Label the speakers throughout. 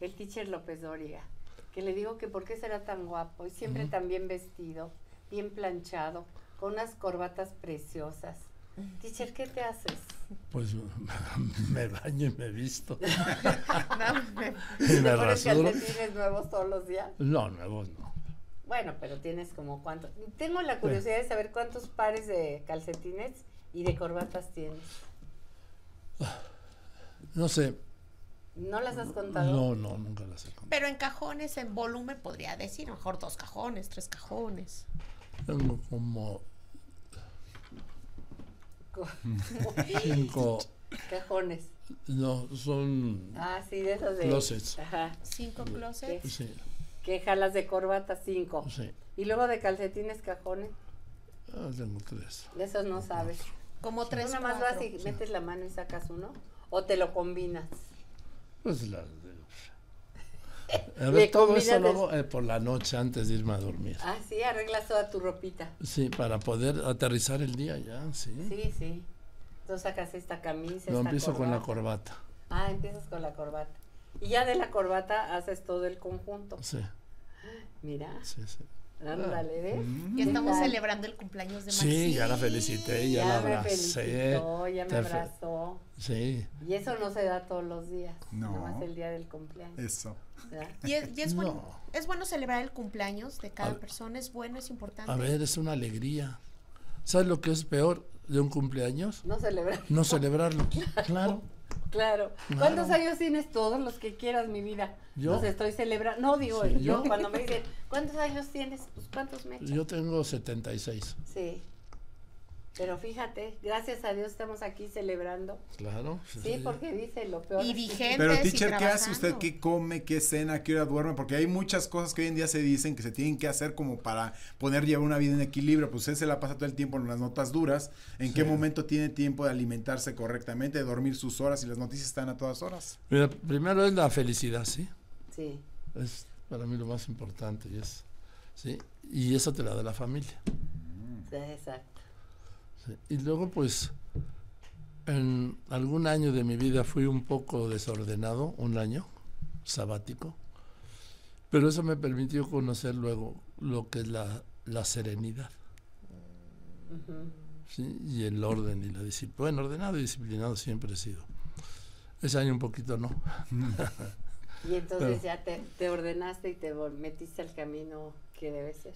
Speaker 1: el teacher López Doria, que le digo que por qué será tan guapo y siempre tan bien vestido, bien planchado, con unas corbatas preciosas. Teacher, ¿qué te haces?
Speaker 2: Pues me baño y me visto.
Speaker 1: ¿Y te
Speaker 2: Y me
Speaker 1: pones
Speaker 2: rasuro.
Speaker 1: calcetines nuevos todos los días?
Speaker 2: No, nuevos no.
Speaker 1: Bueno, pero tienes como cuántos. Tengo la curiosidad de saber cuántos pares de calcetines y de corbatas tienes.
Speaker 2: No sé.
Speaker 1: ¿No las has contado?
Speaker 2: No, no, nunca las he contado.
Speaker 3: Pero en cajones, en volumen, podría decir, a lo mejor dos cajones, tres cajones.
Speaker 2: Tengo como
Speaker 1: Co-
Speaker 2: cinco.
Speaker 1: Cajones.
Speaker 2: No, son.
Speaker 1: Ah, sí, de esos de.
Speaker 2: Closets.
Speaker 1: Ajá.
Speaker 3: Cinco closets.
Speaker 2: Sí,
Speaker 1: Que jalas de corbata cinco.
Speaker 2: sí.
Speaker 1: Y luego de calcetines, cajones.
Speaker 2: Ah, tengo tres.
Speaker 1: De esos no sabes.
Speaker 3: Como
Speaker 1: Tú
Speaker 3: tres
Speaker 1: nada más
Speaker 3: cuatro.
Speaker 1: vas y metes la mano y sacas uno. O te lo combinas.
Speaker 2: Pues las de. A
Speaker 1: Le
Speaker 2: ver, todo
Speaker 1: combinas
Speaker 2: esto luego eh, por la noche antes de irme a dormir.
Speaker 1: Ah, sí, arreglas toda tu ropita.
Speaker 2: Sí, para poder aterrizar el día ya, sí.
Speaker 1: Sí, sí. Tú sacas esta camisa.
Speaker 2: ¿Eh? No
Speaker 1: esta
Speaker 2: empiezo con la
Speaker 1: corbata.
Speaker 2: corbata.
Speaker 1: Ah, empiezas con la corbata. Y ya de la corbata haces todo el conjunto.
Speaker 2: Sí,
Speaker 1: Mira,
Speaker 2: sí, sí.
Speaker 1: ándale, ¿ves?
Speaker 2: Mm.
Speaker 3: Y estamos
Speaker 1: tal?
Speaker 3: celebrando el cumpleaños de Maxi.
Speaker 2: Sí, ya la felicité, ya, la
Speaker 1: me
Speaker 2: abracé.
Speaker 1: felicitó, ya me
Speaker 2: Te fe-
Speaker 1: abrazó.
Speaker 2: Sí,
Speaker 1: Y eso no se da todos los días.
Speaker 4: No.
Speaker 1: Nomás el día del cumpleaños.
Speaker 4: Eso.
Speaker 2: Eh.
Speaker 1: ¿verdad?
Speaker 3: Y es, y es bueno,
Speaker 2: No.
Speaker 3: es bueno celebrar el cumpleaños de cada
Speaker 2: ver.
Speaker 3: persona, es bueno, es
Speaker 1: Ah,
Speaker 3: importante.
Speaker 2: a ver, es una alegría. ¿Sabes lo que es peor de un cumpleaños?
Speaker 1: No celebrar,
Speaker 2: No celebrarlo. Claro.
Speaker 1: claro.
Speaker 2: Claro.
Speaker 1: ¿Cuántos años tienes? Todos los que quieras, mi vida.
Speaker 2: ¿Yo?
Speaker 1: Los estoy celebrando. No, digo,
Speaker 2: Sí,
Speaker 1: yo
Speaker 2: yo.
Speaker 1: cuando me dicen, ¿cuántos años tienes? Pues, ¿cuántos me echas?
Speaker 2: Yo tengo 76.
Speaker 1: Sí. Pero fíjate, gracias a Dios estamos aquí celebrando.
Speaker 2: Claro.
Speaker 1: Sí, porque dice lo peor.
Speaker 3: Y
Speaker 1: es que-
Speaker 3: vigentes
Speaker 4: Pero,
Speaker 3: y
Speaker 4: teacher, ¿qué hace
Speaker 3: trabajando.
Speaker 4: usted? ¿Qué come? ¿Qué cena? ¿Qué hora duerme? Porque hay muchas cosas que hoy en día se dicen que se tienen que hacer como para poner llevar una vida en equilibrio. Pues usted se la pasa todo el tiempo en las notas duras. ¿En qué momento tiene tiempo de alimentarse correctamente, de dormir sus horas y las noticias están a todas horas?
Speaker 2: Mira, primero es la felicidad, ¿sí?
Speaker 1: Sí.
Speaker 2: Es para mí lo más importante. y es, ¿sí? Y eso te la da la familia.
Speaker 1: Sí, Exacto.
Speaker 2: Sí, Y luego, pues, en algún año de mi vida fui un poco desordenado, un año sabático, pero eso me permitió conocer luego lo que es la, la serenidad
Speaker 1: Ujú.
Speaker 2: ¿sí? y el orden y la disciplina. Bueno, ordenado y disciplinado siempre he sido. Ese año un poquito no.
Speaker 1: Y entonces
Speaker 2: Pero-
Speaker 1: ya te, te ordenaste y te vol- metiste al camino que debe ser.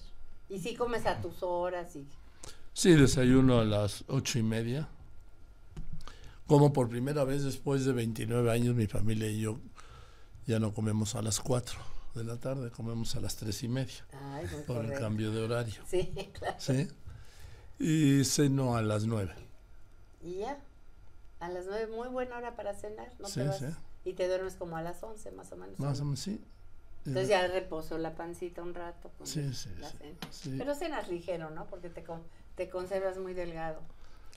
Speaker 1: Y sí comes a tus horas y...
Speaker 2: Sí, desayuno a las ocho y media. Como por primera vez después de 29 años, mi familia y yo ya no comemos a las 4 de la tarde, comemos a las tres y media.
Speaker 1: Ay, muy
Speaker 2: por el
Speaker 1: correcto.
Speaker 2: cambio de horario.
Speaker 1: Sí, claro.
Speaker 2: ¿sí? Y ceno a las 9.
Speaker 1: Y ya. A las nueve, muy buena hora para cenar. No
Speaker 2: Sí,
Speaker 1: te vas.
Speaker 2: sí.
Speaker 1: Y te duermes como a las once, más o menos.
Speaker 2: Más o
Speaker 1: ¿no?
Speaker 2: menos, sí. Eh,
Speaker 1: Entonces ya reposó la pancita un rato. con
Speaker 2: Sí, sí,
Speaker 1: la
Speaker 2: sí,
Speaker 1: cena.
Speaker 2: sí.
Speaker 1: Pero cenas ligero, ¿no? Porque te, con- te conservas muy delgado.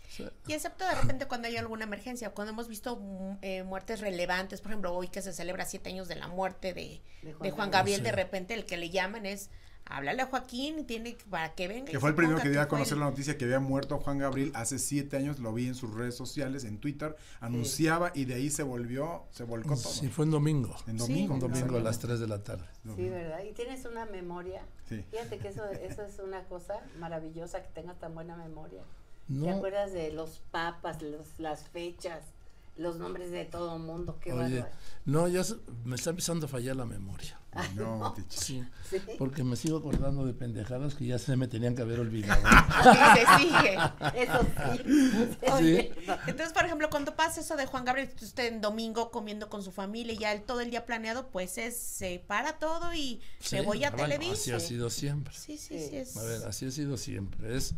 Speaker 2: Sí.
Speaker 3: Y excepto de repente cuando hay alguna emergencia, cuando hemos visto mm, eh, muertes relevantes, por ejemplo, hoy que se celebra siete años de la muerte de,
Speaker 1: De Juan
Speaker 3: de Juan Gabriel,
Speaker 1: Gabriel.
Speaker 3: de
Speaker 2: Sí.
Speaker 3: repente el que le llaman es, háblale a Joaquín y tiene que- para que venga. y
Speaker 4: Que fue el
Speaker 3: se
Speaker 4: primero
Speaker 3: ponga,
Speaker 4: que dio a
Speaker 3: fue el-
Speaker 4: conocer la noticia que había muerto Juan Gabriel hace siete años. Lo vi en sus redes sociales, en Twitter. Anunciaba y de ahí se volvió, se volcó todo.
Speaker 2: Sí, fue en domingo.
Speaker 4: En
Speaker 3: Sí,
Speaker 4: domingo.
Speaker 2: Un domingo a
Speaker 4: exactamente.
Speaker 2: las 3 de la tarde.
Speaker 1: Sí, ¿verdad? Y tienes una memoria.
Speaker 4: Sí.
Speaker 1: Fíjate que eso, eso es una cosa maravillosa que tengas tan buena memoria. ¿Te
Speaker 2: No,
Speaker 1: acuerdas de los papas, los- las fechas, los nombres de todo mundo? Qué
Speaker 2: oye,
Speaker 1: bárbaro.
Speaker 2: no, ya se- me está empezando a fallar la memoria.
Speaker 4: No, teacher.
Speaker 2: Sí,
Speaker 1: Sí.
Speaker 2: porque me sigo acordando de pendejadas que ya se me tenían que haber olvidado.
Speaker 3: Sí, se sigue.
Speaker 1: Eso sí.
Speaker 2: Sí.
Speaker 3: Entonces, por ejemplo, cuando pasa eso de Juan Gabriel, usted en domingo comiendo con su familia, y ya el, todo el día planeado, pues es, se para todo y
Speaker 2: Sí,
Speaker 3: me voy a
Speaker 2: bueno, Así
Speaker 3: Televisa.
Speaker 2: ha sido siempre.
Speaker 3: Sí, sí, sí.
Speaker 1: Sí.
Speaker 3: es-
Speaker 2: A ver, así ha sido siempre. Es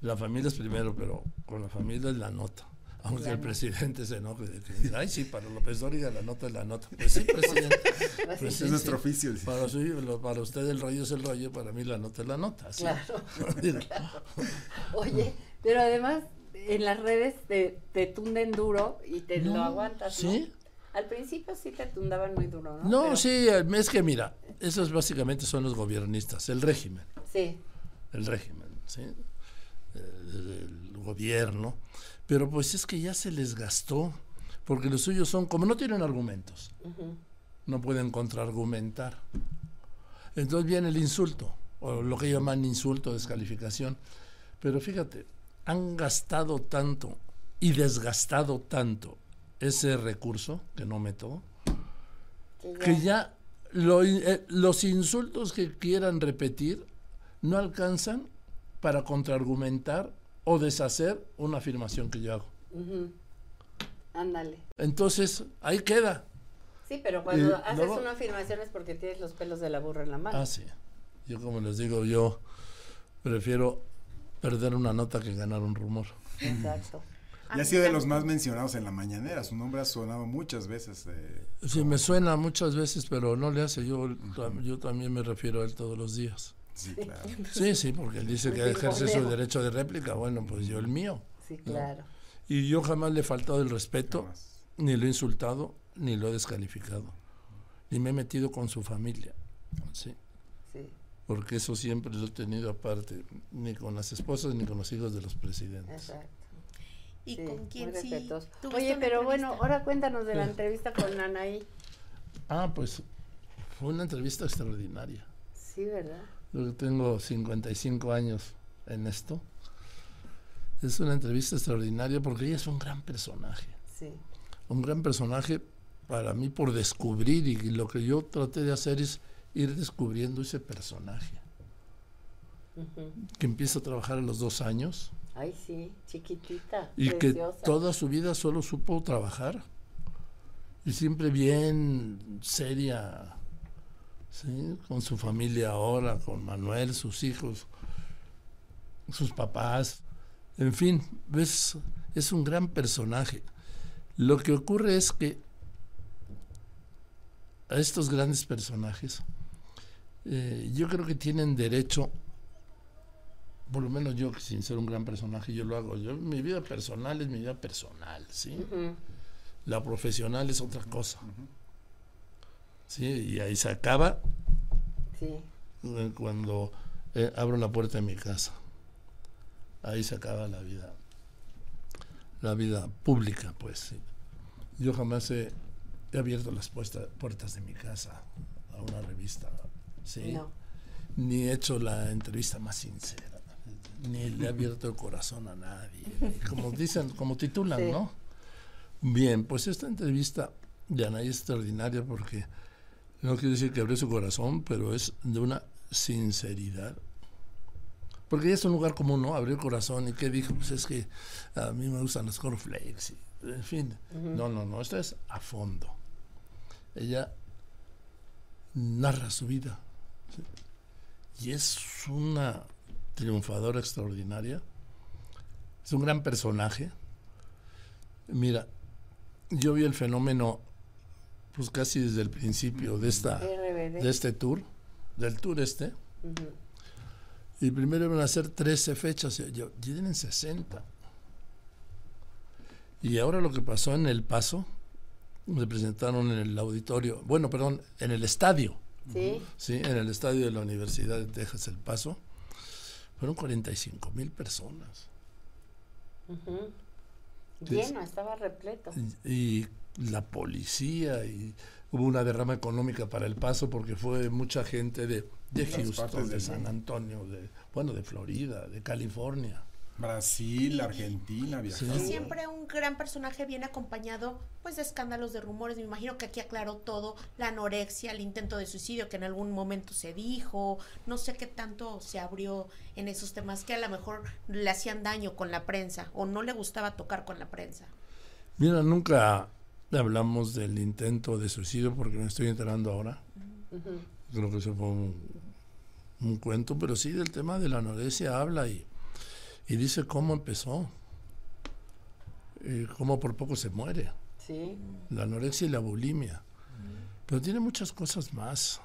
Speaker 2: la familia es primero, pero con la familia es la nota. Aunque el presidente se enoje de que, ay, sí, para López Dóriga la nota es la nota. Pues sí, presidente. Pues
Speaker 1: Pues
Speaker 2: sí,
Speaker 4: es nuestro
Speaker 2: sí.
Speaker 4: oficio. dice.
Speaker 2: Para, sí, lo- para usted el rollo es el rollo, para mí la nota es la nota. ¿sí?
Speaker 1: Claro.
Speaker 2: Digo,
Speaker 1: Oye, pero además en las redes te, te tunden duro y te
Speaker 2: No,
Speaker 1: lo aguantas. ¿no?
Speaker 2: sí.
Speaker 1: Al principio sí te tundaban muy duro, ¿no?
Speaker 2: No,
Speaker 1: Pero-
Speaker 2: sí, es que mira, esos básicamente son los gobiernistas, el régimen.
Speaker 1: Sí,
Speaker 2: el régimen, ¿sí? Eh, el gobierno, pero pues es que ya se les gastó, porque los suyos son, como no tienen argumentos, no pueden contraargumentar. Entonces viene el insulto, o lo que llaman insulto, descalificación. Pero fíjate, han gastado tanto y desgastado tanto ese recurso, que no método,
Speaker 1: que ya-
Speaker 2: que ya lo in- eh, los insultos que quieran repetir no alcanzan para contraargumentar o deshacer una afirmación que yo hago.
Speaker 1: Ujú. Ándale.
Speaker 2: Entonces, ahí queda.
Speaker 1: Sí, pero cuando
Speaker 2: Y
Speaker 1: haces
Speaker 2: luego-
Speaker 1: una afirmación es porque tienes los pelos de la burra en la mano.
Speaker 2: Ah, sí. Yo como les digo, yo prefiero perder una nota que ganar un rumor.
Speaker 1: Exacto.
Speaker 3: A
Speaker 4: Y ha
Speaker 3: mí
Speaker 4: sido de
Speaker 3: tam-
Speaker 4: los más mencionados en la mañanera. Su nombre ha sonado muchas veces. eh,
Speaker 2: Sí, me suena muchas veces, pero no le hace. Yo, tam- yo también me refiero a él todos los días.
Speaker 4: sí, claro.
Speaker 2: Sí, sí, porque él dice que
Speaker 1: Sí,
Speaker 2: ejerce su
Speaker 1: conmigo.
Speaker 2: derecho de réplica. Bueno, pues yo el mío.
Speaker 1: Sí, claro.
Speaker 2: Y yo jamás le he faltado el respeto,
Speaker 4: Jamás.
Speaker 2: ni lo he insultado, ni lo he descalificado. Ni me he metido con su familia. Sí,
Speaker 1: Sí.
Speaker 2: porque eso siempre lo he tenido aparte, ni con las esposas, ni con los hijos de los presidentes.
Speaker 1: Exacto.
Speaker 3: ¿Y
Speaker 1: sí,
Speaker 3: con
Speaker 1: muy
Speaker 3: quién sí?
Speaker 1: respetuoso.
Speaker 3: tuviste
Speaker 1: Oye,
Speaker 3: una
Speaker 1: pero bueno,
Speaker 3: entrevista?
Speaker 1: ahora cuéntanos de la
Speaker 2: Sí.
Speaker 1: entrevista con Anaí.
Speaker 2: Ah, pues fue una entrevista extraordinaria.
Speaker 1: Sí, ¿verdad?
Speaker 2: Yo tengo 55 años en esto. Es una entrevista extraordinaria porque ella es un gran personaje.
Speaker 1: Sí.
Speaker 2: Un gran personaje para mí por descubrir y lo que yo traté de hacer es ir descubriendo ese personaje
Speaker 1: Ujú.
Speaker 2: que empieza a trabajar a los dos años
Speaker 1: Ay, sí, chiquitita,
Speaker 2: y
Speaker 1: preciosa.
Speaker 2: que toda su vida solo supo trabajar y siempre bien seria, ¿sí? con su familia ahora, con Manuel, sus hijos, sus papás, en fin, ves, es un gran personaje. Lo que ocurre es que a estos grandes personajes, eh, yo creo que tienen derecho por lo menos yo, que sin ser un gran personaje, yo lo hago. Yo, mi vida personal es mi vida personal, ¿sí?
Speaker 1: Ujú.
Speaker 2: La profesional es otra cosa. ¿Sí? Y ahí se acaba
Speaker 1: Sí,
Speaker 2: eh, cuando eh, abro la puerta de mi casa. Ahí se acaba la vida. La vida pública, pues. sí. Yo jamás he, he abierto las puesta- puertas de mi casa a una revista, ¿sí?
Speaker 1: no.
Speaker 2: ni he hecho la entrevista más sincera, ni le he abierto el corazón a nadie, como dicen, como titulan,
Speaker 1: Sí.
Speaker 2: ¿no? Bien, pues esta entrevista de Anaí es extraordinaria porque no quiero decir que abrió su corazón, pero es de una sinceridad. Porque ella es un lugar común, ¿no? Abrió el corazón y qué dijo, pues es que a mí me gustan los cornflakes, y, en fin. No, no, no, esto es a fondo. Ella narra su vida, y es una triunfadora extraordinaria. Es un gran personaje. Mira, yo vi el fenómeno, pues casi desde el principio de esta,
Speaker 1: RBD.
Speaker 2: de este tour, del tour este.
Speaker 1: Ujú.
Speaker 2: Y primero iban a hacer 13 fechas, y yo- ya tienen 60. Y ahora lo que pasó en El Paso, se presentaron en el auditorio, bueno, perdón, en el estadio.
Speaker 1: Sí,
Speaker 2: Sí, en el estadio de la Universidad de Texas El Paso. Fueron 45 mil personas.
Speaker 1: ujú.
Speaker 2: Sí.
Speaker 1: lleno, estaba repleto.
Speaker 2: Y, y la policía, y hubo una derrama económica para El Paso porque fue mucha gente de, de
Speaker 4: De las
Speaker 2: Houston,
Speaker 4: partes
Speaker 2: de
Speaker 4: del
Speaker 2: San
Speaker 4: mundo.
Speaker 2: Antonio, de, bueno, de Florida, de California.
Speaker 4: Brasil, Argentina, viajando.
Speaker 3: Y
Speaker 2: Sí.
Speaker 3: siempre un gran personaje viene acompañado pues de escándalos, de rumores. Me imagino que aquí aclaró todo, la anorexia, el intento de suicidio que en algún momento se dijo, no sé qué tanto se abrió en esos temas que a lo mejor le hacían daño con la prensa o no le gustaba tocar con la prensa.
Speaker 2: Mira, nunca hablamos del intento de suicidio porque me estoy enterando ahora.
Speaker 1: Ujú.
Speaker 2: creo que eso fue un, un cuento, pero sí del tema de la anorexia habla y, y dice cómo empezó, eh, cómo por poco se muere,
Speaker 1: Sí.
Speaker 2: la anorexia y la bulimia. Pero tiene muchas cosas más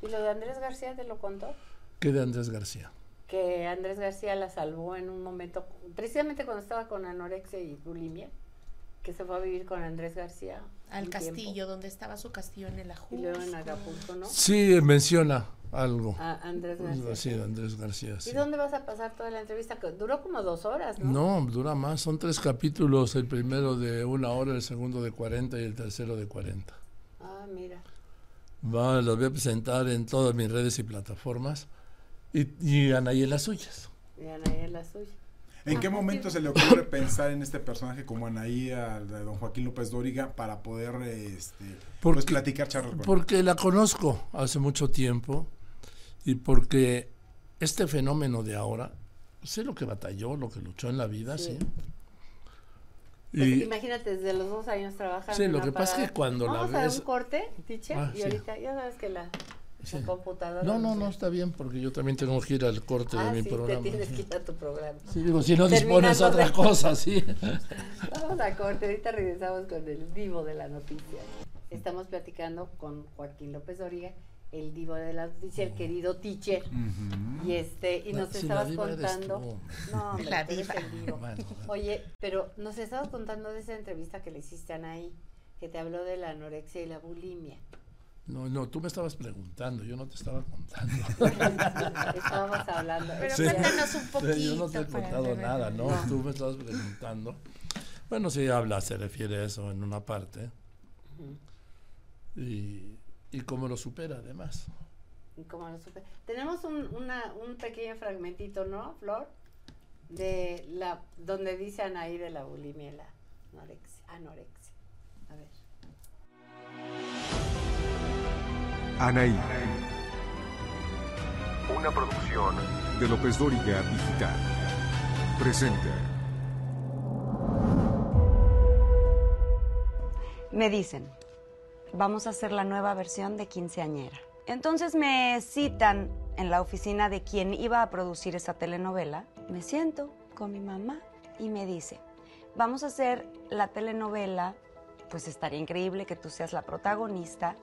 Speaker 1: ¿Y lo de Andrés García te lo contó?
Speaker 2: que de Andrés García.
Speaker 1: Que Andrés García la salvó en un momento, precisamente cuando estaba con anorexia y bulimia, que se fue a vivir con Andrés García.
Speaker 3: Al
Speaker 1: un tiempo.
Speaker 3: castillo, donde estaba su castillo en el
Speaker 1: Y
Speaker 3: Ajusco.
Speaker 1: luego en Acapulco, ¿no?
Speaker 2: Sí, menciona algo.
Speaker 1: A Andrés García.
Speaker 2: Sí, de Andrés García. sí.
Speaker 1: ¿Y dónde vas a pasar toda la entrevista? Que Duró como dos horas, ¿no?
Speaker 2: No, dura más. Son tres capítulos, el primero de una hora, el segundo de 40 y el tercero de 40.
Speaker 1: Ah, mira.
Speaker 2: Va, las voy a presentar en todas mis redes y plataformas. Y, y Anaí en las suyas.
Speaker 1: Y Anaí en las suyas.
Speaker 4: ¿En qué momento se le ocurre pensar en este personaje como Anaí, al de don Joaquín López Dóriga, para poder este, pues,
Speaker 2: Porque-
Speaker 4: platicar, charlar con él?
Speaker 2: Porque la conozco hace mucho tiempo y porque este fenómeno de ahora, sé lo que batalló, lo que luchó en la vida,
Speaker 1: Sí.
Speaker 2: sí. Y-
Speaker 1: Pues, imagínate, desde los dos años trabajando.
Speaker 2: Sí,
Speaker 1: en
Speaker 2: lo
Speaker 1: una
Speaker 2: que pasa es
Speaker 1: parada.
Speaker 2: que cuando la
Speaker 1: Vamos a dar
Speaker 2: ves-
Speaker 1: un corte, teacher,
Speaker 2: Ah,
Speaker 1: y
Speaker 2: sí.
Speaker 1: ahorita ya sabes que la, la
Speaker 2: sí.
Speaker 1: computadora.
Speaker 2: No, no, no,
Speaker 1: nos-
Speaker 2: está bien, porque yo también tengo que ir al corte
Speaker 1: Ah,
Speaker 2: de mi
Speaker 1: sí,
Speaker 2: programa.
Speaker 1: te tienes
Speaker 2: sí.
Speaker 1: que ir a tu programa.
Speaker 2: Sí, digo, si no
Speaker 1: Terminando
Speaker 2: dispones otra
Speaker 1: de-
Speaker 2: cosa, sí.
Speaker 1: Vamos a corte, ahorita regresamos con el divo de la noticia. Estamos platicando con Joaquín López Dóriga, el divo de la noticia, el querido teacher.
Speaker 4: Ujú.
Speaker 1: Y este, y nos
Speaker 2: No, si Mm. la
Speaker 1: estabas
Speaker 2: diva eres
Speaker 1: contando.
Speaker 2: tú.
Speaker 1: No, hombre,
Speaker 3: La
Speaker 1: tú eres
Speaker 3: diva.
Speaker 1: el divo.
Speaker 2: Bueno,
Speaker 1: Oye, pero nos estabas contando de esa entrevista que le hiciste a Anaí, que te habló de la anorexia y la bulimia.
Speaker 2: no, no, tú me estabas preguntando, yo no te estaba contando.
Speaker 1: Estábamos hablando.
Speaker 3: Pero
Speaker 2: Sí.
Speaker 3: cuéntanos un poquito.
Speaker 2: Sí, yo no te he
Speaker 3: para
Speaker 2: contado
Speaker 3: saber.
Speaker 2: nada, ¿no?
Speaker 1: No.
Speaker 2: Tú me estabas preguntando. Bueno, sí habla, se refiere a eso en una parte.
Speaker 1: Ujú.
Speaker 2: Y, y cómo lo supera, además.
Speaker 1: Y como lo supe- Tenemos un, una- un pequeño fragmentito, ¿no, Flor? De la, donde dice Anaí de la bulimia y la anorexia. anorexia. A ver.
Speaker 5: Anaí,
Speaker 6: Una producción
Speaker 5: de López Dóriga Digital. Presenta.
Speaker 7: Me dicen, vamos a hacer la nueva versión de Quinceañera. Entonces me citan en la oficina de quien iba a producir esa telenovela. Me siento con mi mamá y me dice, vamos a hacer la telenovela, pues estaría increíble que tú seas la protagonista.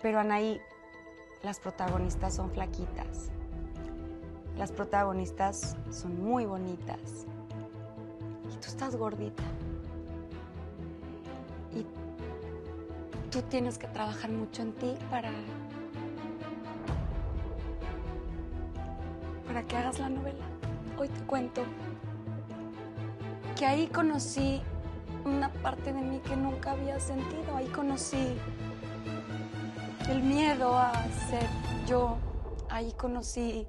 Speaker 7: Pero Anaí, las protagonistas son flaquitas. Las protagonistas son muy bonitas. Y tú estás gordita y tú tienes que trabajar mucho en ti para para que hagas la novela. Hoy te cuento que ahí conocí una parte de mí que nunca había sentido. Ahí conocí el miedo a ser yo. Ahí conocí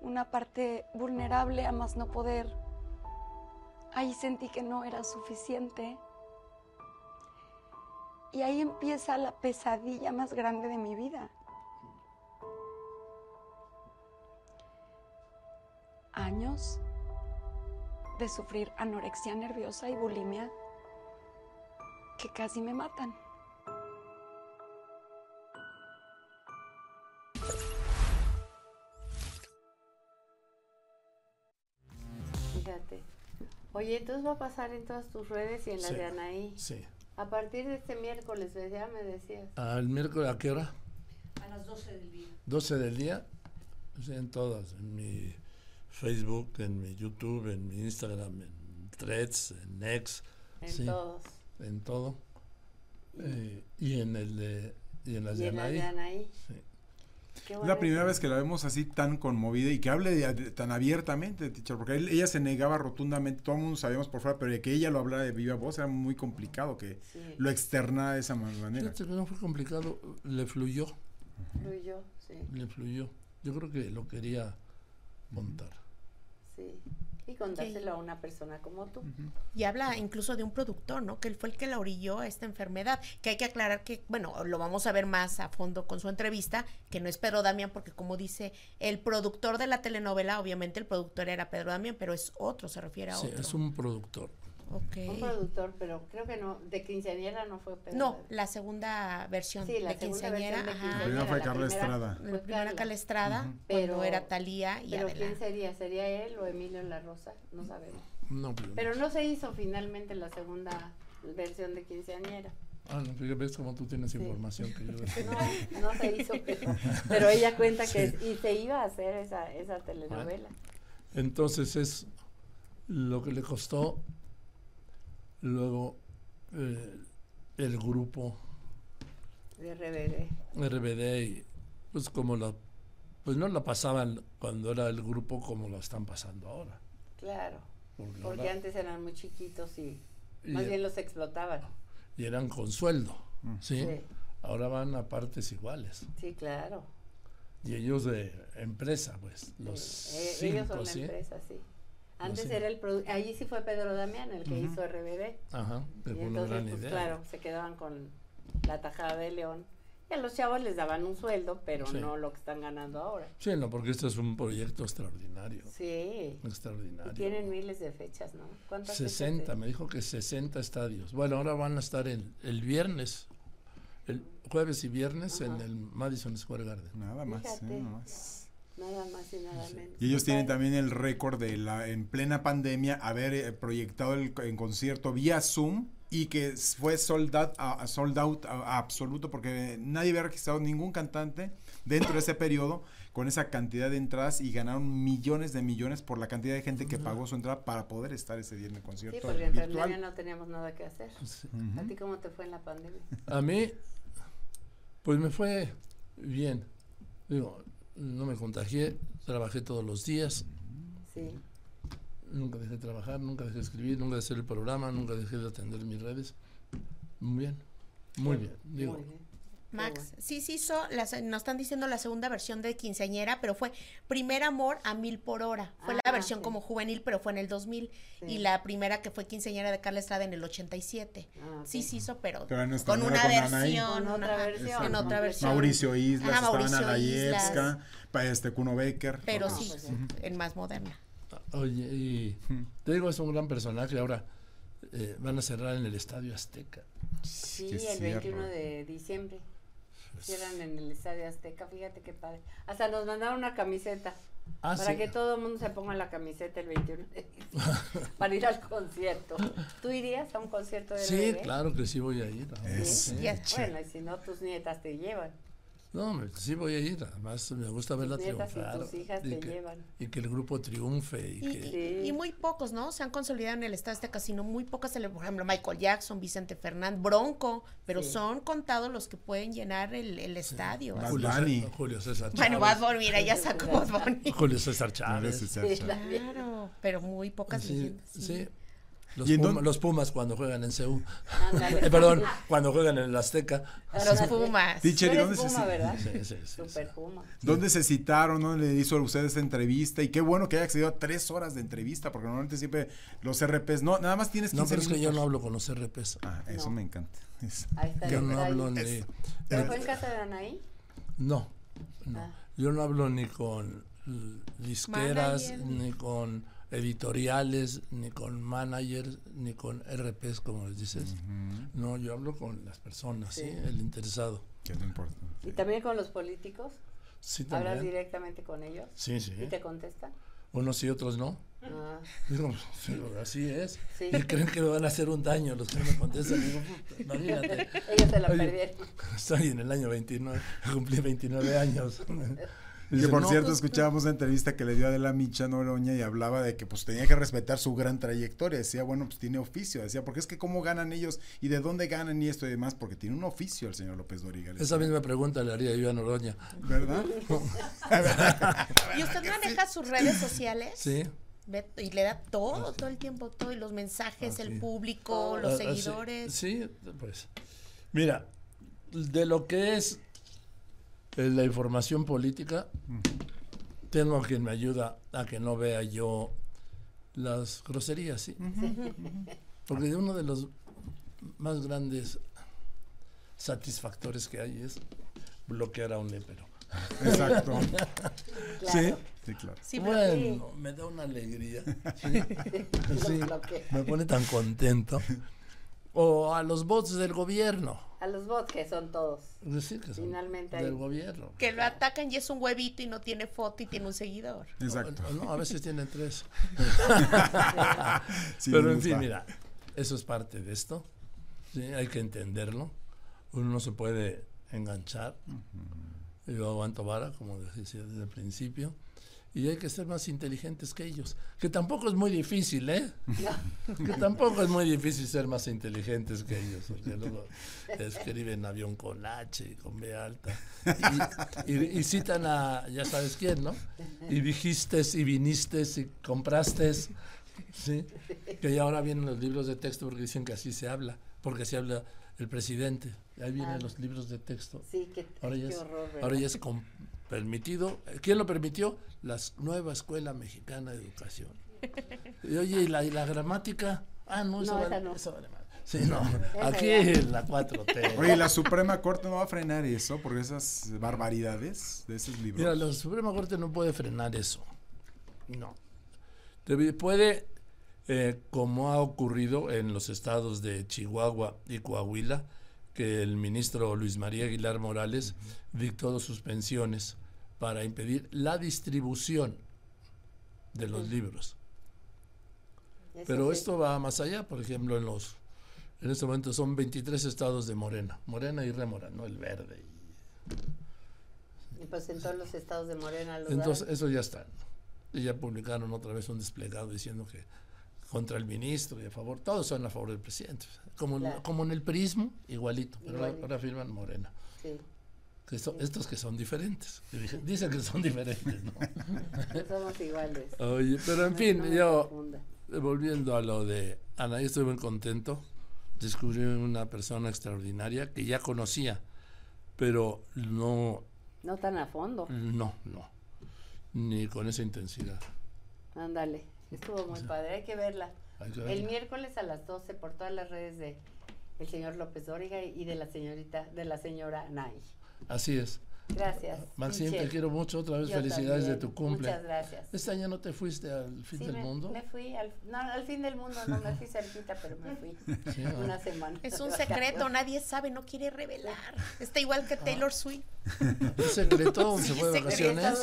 Speaker 7: una parte vulnerable a más no poder. Ahí sentí que no era suficiente. Y ahí empieza la pesadilla más grande de mi vida. Años de sufrir anorexia nerviosa y bulimia que casi me matan.
Speaker 1: Fíjate. Oye, entonces va a pasar en todas tus redes y en la
Speaker 2: Sí.
Speaker 1: de Anaí.
Speaker 2: Sí.
Speaker 1: A partir de este miércoles, ¿ves? ya me decías.
Speaker 2: ¿Al miércoles a qué hora? A las 12 del día. 12 del día, sí, en todas, en mi Facebook, en mi YouTube, en mi Instagram, en Threads, en X,
Speaker 1: En
Speaker 2: sí,
Speaker 1: todos.
Speaker 2: en todo. Eh, y en el de, y en las
Speaker 1: Y
Speaker 2: de
Speaker 1: en la de
Speaker 2: Anaí.
Speaker 1: Anaí.
Speaker 2: Sí.
Speaker 1: Qué
Speaker 4: Es
Speaker 1: buena
Speaker 4: la primera vez que la vemos así tan conmovida y que hable de- de- tan abiertamente, teacher, porque él- ella se negaba rotundamente, todo el mundo sabíamos por fuera, pero de que ella lo hablara de viva voz era muy complicado que
Speaker 1: Sí,
Speaker 4: lo externara de esa manera.
Speaker 2: Fíjate que no fue complicado, le fluyó,
Speaker 1: fluyó, sí,
Speaker 2: le fluyó. Yo creo que lo quería montar.
Speaker 1: sí. Y contárselo a una persona como tú.
Speaker 3: Y habla incluso de un productor, ¿no? Que él fue el que la orilló a esta enfermedad. Que hay que aclarar que, bueno, lo vamos a ver más a fondo con su entrevista, que no es Pedro Damián, porque como dice el productor de la telenovela, obviamente el productor era Pedro Damián, pero es otro, se refiere a
Speaker 2: Sí,
Speaker 3: otro.
Speaker 2: es un productor.
Speaker 3: Ok.
Speaker 1: Un productor, pero creo que no, de quinceañera no fue Pedro.
Speaker 3: No,
Speaker 1: Damián.
Speaker 3: la segunda versión
Speaker 1: Sí, la
Speaker 3: de
Speaker 1: segunda
Speaker 3: quinceañera.
Speaker 1: versión de
Speaker 3: ajá.
Speaker 1: Quinceañera.
Speaker 4: Primero fue
Speaker 1: la
Speaker 4: Carla
Speaker 1: primera-
Speaker 4: Estrada.
Speaker 1: Fue
Speaker 3: La primera
Speaker 1: Carla.
Speaker 3: Carla Estrada,
Speaker 4: Ujú.
Speaker 3: pero,
Speaker 1: Pero-
Speaker 3: era Talía y
Speaker 1: Pero
Speaker 3: Adela.
Speaker 1: ¿quién sería? ¿Sería él o Emilio La Rosa? No sabemos.
Speaker 2: No, pero,
Speaker 1: Pero no se hizo finalmente la segunda versión de quinceañera.
Speaker 2: Ah, no, fíjate, ves cómo tú tienes
Speaker 1: Sí.
Speaker 2: información que yo
Speaker 1: No, no se hizo, pero, pero ella cuenta que y se iba a hacer esa, esa telenovela.
Speaker 2: Entonces es lo que le costó luego eh, el grupo
Speaker 1: De RBD.
Speaker 2: RBD y pues como la pues no la pasaban cuando era el grupo como lo están pasando ahora.
Speaker 1: Claro.
Speaker 2: Porque
Speaker 1: Porque
Speaker 2: ahora-
Speaker 1: antes eran muy chiquitos y
Speaker 2: y, e,
Speaker 1: más bien los explotaban.
Speaker 2: y eran con sueldo, ¿sí?
Speaker 1: Sí.
Speaker 2: Ahora van a partes iguales.
Speaker 1: Sí, claro.
Speaker 2: Y ellos de empresa, pues, los
Speaker 1: Eh, ellos
Speaker 2: cinco,
Speaker 1: son la
Speaker 2: ¿sí?
Speaker 1: empresa, sí. Antes
Speaker 2: cinco.
Speaker 1: era el produ- ahí sí fue Pedro Damián el que hizo RBD.
Speaker 2: Ajá,
Speaker 1: Y
Speaker 2: pero fue una
Speaker 1: entonces,
Speaker 2: gran
Speaker 1: pues,
Speaker 2: idea.
Speaker 1: claro, se quedaban con la tajada de León. Y a los chavos les daban un sueldo, pero
Speaker 2: Sí.
Speaker 1: no lo que están ganando ahora.
Speaker 2: Sí, no, porque esto es un proyecto extraordinario.
Speaker 1: Sí.
Speaker 2: Extraordinario.
Speaker 1: Y tienen miles de fechas, ¿no? ¿Cuántas fechas
Speaker 2: 60,
Speaker 1: es?
Speaker 2: me dijo que 60 estadios. Bueno, ahora van a estar el, el viernes, el jueves y viernes en
Speaker 1: Ajá.
Speaker 2: el Madison Square Garden.
Speaker 4: Nada más,
Speaker 1: Fíjate.
Speaker 4: eh, nada más.
Speaker 1: Nada más y nada menos.
Speaker 4: Y ellos tienen
Speaker 1: Padre.
Speaker 4: también el récord de la en plena pandemia haber eh, proyectado el co- en concierto vía Zoom y que s- fue sold out, a, a- sold out a- a absoluto porque nadie había registrado ningún cantante dentro de ese periodo con esa cantidad de entradas y ganaron millones de millones por la cantidad de gente que pagó su entrada para poder estar ese día en el
Speaker 1: Sí,
Speaker 4: concierto
Speaker 1: porque en pandemia
Speaker 4: virtual.
Speaker 1: no teníamos nada que hacer. ¿A ti cómo te fue en la pandemia?
Speaker 2: A mí, pues me fue bien. Digo, no me contagié, trabajé todos los días,
Speaker 1: Sí.
Speaker 2: nunca dejé de trabajar, nunca dejé de escribir, nunca dejé de hacer el programa, nunca dejé de atender mis redes. Muy bien, muy bien. Digo,
Speaker 1: Muy bien.
Speaker 3: Max, sí se hizo, la se- nos están diciendo la segunda versión de quinceañera, pero fue Primer Amor a Mil por Hora. Fue
Speaker 1: Ah,
Speaker 3: la versión
Speaker 1: sí.
Speaker 3: como juvenil, pero fue en el 2000.
Speaker 1: Sí.
Speaker 3: Y la primera que fue quinceañera de Carla Estrada en el 87.
Speaker 1: Ah, ok.
Speaker 3: Sí se hizo, pero,
Speaker 4: Pero en esta
Speaker 3: con
Speaker 4: no era
Speaker 3: una
Speaker 4: con Anaí.
Speaker 3: versión.
Speaker 1: Con otra
Speaker 3: ajá,
Speaker 1: versión.
Speaker 3: en otra
Speaker 1: Ajá.
Speaker 3: versión.
Speaker 4: Mauricio Islas,
Speaker 3: Ajá,
Speaker 4: estaban
Speaker 3: Mauricio
Speaker 4: Alayevska,
Speaker 3: Islas.
Speaker 4: pa- este Kuno Baker.
Speaker 3: Pero
Speaker 1: Ah,
Speaker 3: sí,
Speaker 1: pues sí.
Speaker 3: en más moderna.
Speaker 2: ah, Oye, y te digo, es un gran personaje. Ahora eh, van a cerrar en el Estadio Azteca.
Speaker 1: Sí,
Speaker 4: Qué
Speaker 1: el
Speaker 4: cierto.
Speaker 1: 21
Speaker 2: ¿eh?
Speaker 1: de diciembre. Cierran en el Estadio Azteca, fíjate qué padre. Hasta nos mandaron una camiseta.
Speaker 2: Ah,
Speaker 1: para
Speaker 2: sí.
Speaker 1: que todo el mundo se ponga la camiseta el 21 de diciembre. para ir al concierto. ¿Tú irías a un concierto de
Speaker 2: Sí,
Speaker 1: RBD?
Speaker 2: claro que sí voy a ir.
Speaker 4: Es-
Speaker 2: Sí.
Speaker 3: Ya-
Speaker 1: Bueno, y si no, tus nietas te llevan.
Speaker 2: No, me- sí voy a ir. Además, me gusta verla
Speaker 1: Tus nietas y
Speaker 2: triunfar.
Speaker 1: tus hijas te
Speaker 2: que,
Speaker 1: llevan.
Speaker 2: y que el grupo triunfe. Y,
Speaker 3: Y,
Speaker 2: que,
Speaker 1: Sí.
Speaker 3: y- y muy pocos, ¿no? Se han consolidado en el estado este casino, muy pocas, cele- por ejemplo, Michael Jackson, Vicente Fernández, Bronco, pero
Speaker 1: Sí.
Speaker 3: son contados los que pueden llenar el, el estadio.
Speaker 4: Bad
Speaker 2: Julio,
Speaker 4: Bunny.
Speaker 2: César, Julio César Chávez.
Speaker 3: Bueno, Bad Bunny, mira, ya sacó Bad Bunny.
Speaker 2: Julio César
Speaker 4: No,
Speaker 2: Chávez.
Speaker 4: ese es el-
Speaker 3: Claro, pero muy pocas
Speaker 2: Sí,
Speaker 3: leyendas.
Speaker 2: sí. Los,
Speaker 4: ¿Y en
Speaker 2: Puma-
Speaker 4: dónde-
Speaker 2: los Pumas cuando juegan en Seúl.
Speaker 1: Ándale.
Speaker 2: Eh, perdón, cuando juegan en el Azteca.
Speaker 3: Los Pumas.
Speaker 1: Tú
Speaker 4: Teacher, ¿y
Speaker 1: eres
Speaker 4: dónde se
Speaker 1: Puma, ¿verdad?
Speaker 2: Sí, sí, sí, sí.
Speaker 1: Super Puma.
Speaker 4: ¿Dónde se citaron? ¿Dónde le hizo a usted esta entrevista? Y qué bueno que haya accedido a tres horas de entrevista, porque normalmente siempre los RPs. No, nada más tienes 15
Speaker 2: No, pero es que yo no
Speaker 4: minutos.
Speaker 2: hablo con los RPs.
Speaker 4: Ah, eso
Speaker 1: No.
Speaker 4: me encanta. Es-
Speaker 1: Ahí está.
Speaker 2: Yo
Speaker 1: el
Speaker 2: no
Speaker 1: detalle.
Speaker 2: hablo ni.
Speaker 1: ¿Pero fue en casa de Anaí?
Speaker 2: No, no.
Speaker 1: Ah.
Speaker 2: Yo no hablo ni con l- disqueras,
Speaker 3: Manager.
Speaker 2: ni con editoriales, ni con managers, ni con RPs, como les dices. No, yo hablo con las personas, ¿sí?
Speaker 1: Sí.
Speaker 2: El interesado.
Speaker 4: que no importa.
Speaker 1: ¿Y también con los políticos?
Speaker 2: Sí,
Speaker 1: ¿Hablas
Speaker 2: también.
Speaker 1: directamente con ellos?
Speaker 2: Sí, sí.
Speaker 1: ¿Y te contestan?
Speaker 2: Unos sí, otros no.
Speaker 1: Ah,
Speaker 2: Digo, sí, así es.
Speaker 1: Sí.
Speaker 2: Y creen que me van a hacer un daño los que no me contestan. Digo, puta, imagínate.
Speaker 1: ellos se la
Speaker 2: Oye,
Speaker 1: perdieron.
Speaker 2: Estoy en el año 29, cumplí 29 años. Y
Speaker 4: Que
Speaker 2: dicen,
Speaker 4: por
Speaker 2: "No,
Speaker 4: cierto,
Speaker 2: pues,
Speaker 4: escuchábamos la entrevista que le dio a la Micha Noroña y hablaba de que pues tenía que respetar su gran trayectoria. Decía, bueno, pues tiene oficio. Decía, porque es que cómo ganan ellos y de dónde ganan y esto y demás, porque tiene un oficio el señor López Doriga. le
Speaker 2: Esa
Speaker 4: decía.
Speaker 2: misma pregunta le haría yo a Noroña.
Speaker 4: ¿Verdad?
Speaker 3: ¿Y usted maneja sus redes sociales?
Speaker 2: Sí.
Speaker 3: Ve- Y le da todo, todo el tiempo, todo, y los mensajes,
Speaker 2: Ah, sí.
Speaker 3: el público, los
Speaker 2: Ah, ah, sí.
Speaker 3: seguidores.
Speaker 2: Sí, pues. Mira, de lo que es eh, la información política, tengo a quien me ayuda a que no vea yo las groserías, ¿sí? Porque uno de los más grandes satisfactores que hay es bloquear a un lépero.
Speaker 4: Exacto.
Speaker 1: Claro.
Speaker 4: Sí, claro.
Speaker 3: Sí, pero-
Speaker 2: bueno, me da una alegría. ¿sí? Sí,
Speaker 1: Los bloquea.
Speaker 2: me pone tan contento. O a los bots del gobierno.
Speaker 1: A los bots que son todos.
Speaker 2: Es decir, que son
Speaker 1: Finalmente
Speaker 2: del
Speaker 1: ahí.
Speaker 2: gobierno.
Speaker 3: que lo atacan y es un huevito y no tiene foto y tiene un seguidor.
Speaker 4: Exacto.
Speaker 2: O- No, a veces tienen tres.
Speaker 4: Sí,
Speaker 2: Pero en
Speaker 4: nos
Speaker 2: fin,
Speaker 4: va.
Speaker 2: mira, eso es parte de esto. ¿sí? Hay que entenderlo. Uno no se puede enganchar. Yo aguanto vara, como decía desde el principio. Y hay que ser más inteligentes que ellos. Que tampoco es muy difícil, ¿eh? Que tampoco es muy difícil ser más inteligentes que ellos. Porque luego escriben avión con H y con B alta. Y, y- y citan a ya sabes quién, ¿no? Y dijiste, y viniste, y compraste. ¿sí? Que ya ahora vienen los libros de texto porque dicen que así se habla, porque se habla el presidente. Ahí vienen
Speaker 1: Ah.
Speaker 2: los libros de texto.
Speaker 1: Sí, qué,
Speaker 2: Ahora ya
Speaker 1: qué
Speaker 2: es,
Speaker 1: horror. ¿verdad?
Speaker 2: ahora ya es com- permitido. ¿Quién lo permitió? La s- nueva Escuela Mexicana de Educación. Y, oye, ¿y la, y la gramática? Ah, no, eso
Speaker 1: No,
Speaker 2: vale,
Speaker 1: esa no.
Speaker 2: eso vale madre. Sí, no. Aquí
Speaker 1: ya.
Speaker 2: en la 4T.
Speaker 4: Oye, la Suprema Corte no va a frenar eso por esas barbaridades de esos libros.
Speaker 2: Mira, la Suprema Corte no puede frenar eso. No. Debe- Puede, eh, como ha ocurrido en los estados de Chihuahua y Coahuila, que el ministro Luis María Aguilar Morales dictó suspensiones para impedir la distribución de los libros.
Speaker 1: Eso
Speaker 2: Pero
Speaker 1: sí.
Speaker 2: esto va más allá, por ejemplo, en los en este momento son 23 estados de Morena, Morena y Remora, ¿no? El verde.
Speaker 1: Y pues en todos los estados de Morena lo
Speaker 2: Entonces,
Speaker 1: dan.
Speaker 2: eso ya está. Y ya publicaron otra vez un desplegado diciendo que contra el ministro y a favor, todos son a favor del presidente. Como, en-
Speaker 1: Claro.
Speaker 2: como en el prismo, igualito, pero
Speaker 1: Igualito.
Speaker 2: ahora firman Morena.
Speaker 1: Sí.
Speaker 2: Que so- estos que son diferentes. que dije- Dicen que son diferentes, ¿no?
Speaker 1: No somos iguales.
Speaker 2: Oye, pero en fin,
Speaker 1: No me
Speaker 2: yo
Speaker 1: confunda.
Speaker 2: eh, volviendo a lo de Ana, yo estoy muy contento. Descubrí una persona extraordinaria que ya conocía, pero no,
Speaker 1: No tan a fondo.
Speaker 2: no, no, ni con esa intensidad. Mm.
Speaker 1: Ándale. Estuvo muy padre. Hay que verla.
Speaker 2: Hay que
Speaker 1: El
Speaker 2: verla.
Speaker 1: miércoles a las 12 por todas las redes de el señor López Dóriga y de la señorita, de la señora Nay.
Speaker 2: Así es.
Speaker 1: Gracias.
Speaker 2: Maxim, te
Speaker 1: Michelle.
Speaker 2: quiero mucho. Otra vez
Speaker 1: Yo
Speaker 2: felicidades de
Speaker 1: también.
Speaker 2: tu cumple.
Speaker 1: Muchas gracias.
Speaker 2: ¿Este año no te fuiste al fin
Speaker 1: Sí,
Speaker 2: del
Speaker 1: me,
Speaker 2: mundo?
Speaker 1: me fui al, no, al fin del mundo, no me fui cerquita, pero me fui
Speaker 2: Sí, ah.
Speaker 1: una semana.
Speaker 3: Es un secreto, nadie sabe,
Speaker 2: Ah.
Speaker 3: no quiere revelar. Está igual que Taylor Swift.
Speaker 2: ¿Un secreto? ¿Se
Speaker 3: Sí,
Speaker 2: fue de
Speaker 3: secreto.
Speaker 2: vacaciones?